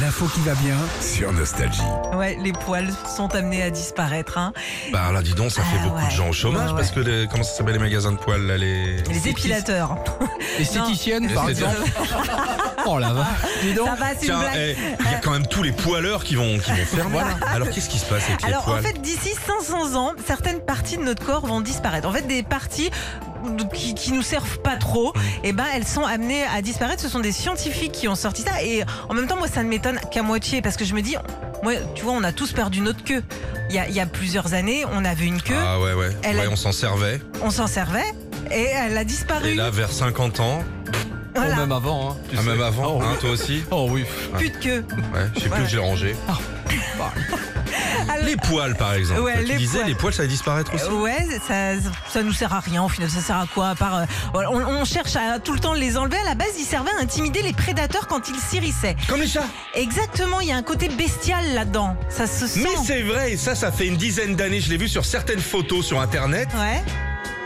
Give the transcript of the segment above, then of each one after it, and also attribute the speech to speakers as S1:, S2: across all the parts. S1: L'info qui va bien.
S2: Sur Nostalgie.
S3: Ouais, les poils sont amenés à disparaître. Hein.
S2: Bah là, dis donc, ça fait
S3: Ah,
S2: beaucoup
S3: ouais.
S2: de gens au chômage
S3: Ouais, ouais.
S2: parce que les- comment ça s'appelle les magasins de poils là les.
S3: Les épilateurs.
S1: Esthéticienne, par
S2: Esthéticienne.
S1: exemple. Oh la vache. Dis donc.
S3: Ça va, c'est une
S2: Tiens,
S3: blague.
S2: eh, il y a quand même tous les poileurs qui vont qui vont faire voilà. Alors qu'est-ce qui se passe avec les
S3: Alors en
S2: poils
S3: fait, d'ici 500 ans, certaines parties de notre corps vont disparaître. En fait, des parties qui, qui nous servent pas trop,
S2: Mm.
S3: eh ben elles sont amenées à disparaître. Ce sont des scientifiques qui ont sorti ça. Et en même temps, moi, ça ne m'étonne qu'à moitié parce que je me dis, moi, tu vois, on a tous perdu notre queue. Il y a, il y a plusieurs années, on avait une queue,
S2: Ah ouais ouais.
S3: Elle a-
S2: Ouais, on s'en servait.
S3: on s'en servait et elle a disparu.
S2: Et là, vers 50 ans,
S1: Oh,
S3: Voilà.
S1: même avant. Hein, tu
S2: ah,
S1: sais.
S2: même
S1: Oh,
S2: avant,
S1: oui.
S2: hein, toi aussi.
S1: Oh oui.
S3: Plus de queue.
S2: Ouais, je sais plus
S3: Voilà.
S2: où j'ai rangé.
S3: Oh, Alors-
S2: Les poils, par exemple.
S3: Ouais,
S2: tu
S3: les
S2: disais,
S3: poils.
S2: les poils, ça va disparaître aussi.
S3: Ouais, ça, ça nous sert à rien au final. Ça sert à quoi à part, euh, voilà, on, on cherche à tout le temps les enlever. À la base, ils servaient à intimider les prédateurs quand ils s'irrissaient.
S2: Comme les chats.
S3: Exactement, il y a un côté bestial là-dedans. Ça se sent.
S2: Mais c'est vrai, et ça, ça fait une dizaine d'années, je l'ai vu sur certaines photos sur internet.
S3: Ouais.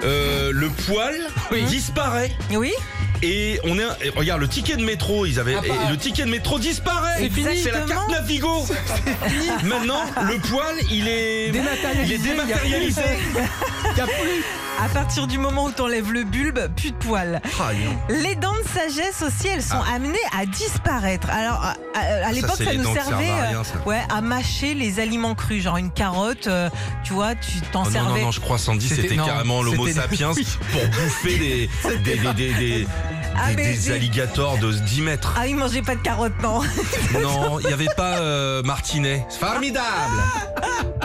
S2: Euh, le poil
S1: Oui.
S2: disparaît.
S3: Oui.
S2: Et on est, un- et regarde le ticket de métro, ils avaient,
S1: Ah bah.
S2: et le ticket de métro disparaît.
S1: C'est fini.
S2: C'est la carte
S3: Exactement.
S2: Navigo. Maintenant, le poil, il est, il
S1: Dématérialisé.
S2: est
S1: il y a plus-
S2: dématérialisé.
S1: Il y a plus.
S3: À partir du moment où t'enlèves le bulbe, plus de poils.
S2: Ah, dis donc.
S3: Les dents de sagesse aussi, elles sont amenées à disparaître. Alors, à, à- à l'époque,
S2: Ah. c'est
S3: ça,
S2: les dents
S3: nous
S2: qui servent à
S3: servait euh,
S2: rien, ça.
S3: ouais, à mâcher les aliments crus, genre une carotte, euh, tu vois, tu t'en
S2: Oh non, non,
S3: servais.
S2: non, je crois 110,
S1: C'était-
S2: c'était
S1: non,
S2: carrément l'homo
S1: c'était-
S2: sapiens
S1: Oui.
S2: pour bouffer des, des, des, des, des-
S3: Ah,
S2: des-
S3: mais
S2: des
S3: j'ai-
S2: alligators de 10 mètres.
S3: Ah, ils mangeaient pas de carottes, non
S2: Non, il n'y avait pas euh, Martinet. C'est formidable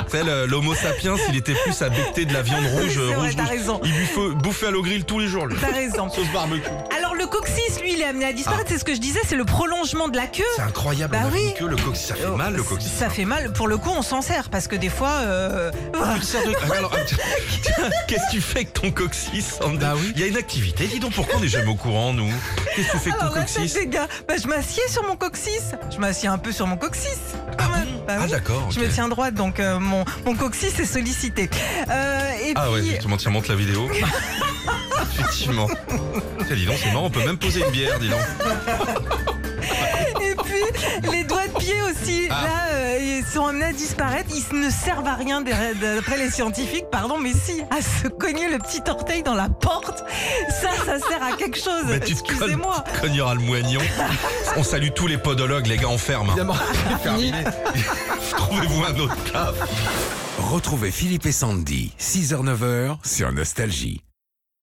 S2: C'est le- l'homo sapiens, il était plus à becter de la viande rouge.
S3: C'est
S2: euh,
S3: vrai,
S2: rouge,
S3: t'as
S2: rouge.
S3: raison.
S2: Il buffe- bouffait à l'eau grill tous les jours, lui.
S3: T'as raison.
S2: Sauce barbecue.
S3: Alors le coccyx, lui, il est amené à
S2: Ah.
S3: disparaître. C'est ce que je disais, c'est le prolongement de la queue.
S2: C'est incroyable,
S3: Bah
S2: on avait
S3: oui.
S2: une queue, le coccyx. Ça fait mal, le coccyx.
S3: Ça fait mal. Pour le coup, on s'en sert parce que des fois, euh, voilà.
S2: Tu te sers de- Ah, alors, ah, tiens, tiens, Qu'est-ce que tu fais avec ton coccyx Sandra
S1: Bah oui.
S2: Il y a une activité, dis donc pourquoi on n'est jamais au courant nous Qu'est-ce que tu fais avec ton
S3: Alors là, ça
S2: coccyx
S3: c'est gars. Bah, je m'assieds sur mon coccyx. Je m'assieds un peu sur mon coccyx. quand
S2: Ah
S3: même.
S2: bon
S3: Bah
S2: Ah
S3: oui.
S2: d'accord,
S3: Je
S2: ok.
S3: me tiens droite, donc euh, mon, mon coccyx est sollicité. Euh, et
S2: Ah ouais,
S3: puis,
S2: justement, tiens, monte la vidéo. Effectivement. Tiens, dis donc, c'est marrant, on peut même poser une bière, dis donc.
S3: Et puis les doigts de pied aussi,
S2: Ah.
S3: là, euh, ils sont amenés à disparaître. Ils ne servent à rien d'a- d'après les scientifiques, pardon, mais si, à se cogner le petit orteil dans la porte, ça, ça sert à quelque chose.
S2: Bah, tu te cognes,
S3: Excusez-moi.
S2: tu te cogneras le moignon. On salue tous les podologues, les gars, on ferme. hein.
S1: Évidemment.
S2: Trouvez-vous un autre taf.
S4: Retrouvez Philippe et Sandy, 6h-9h sur Nostalgie.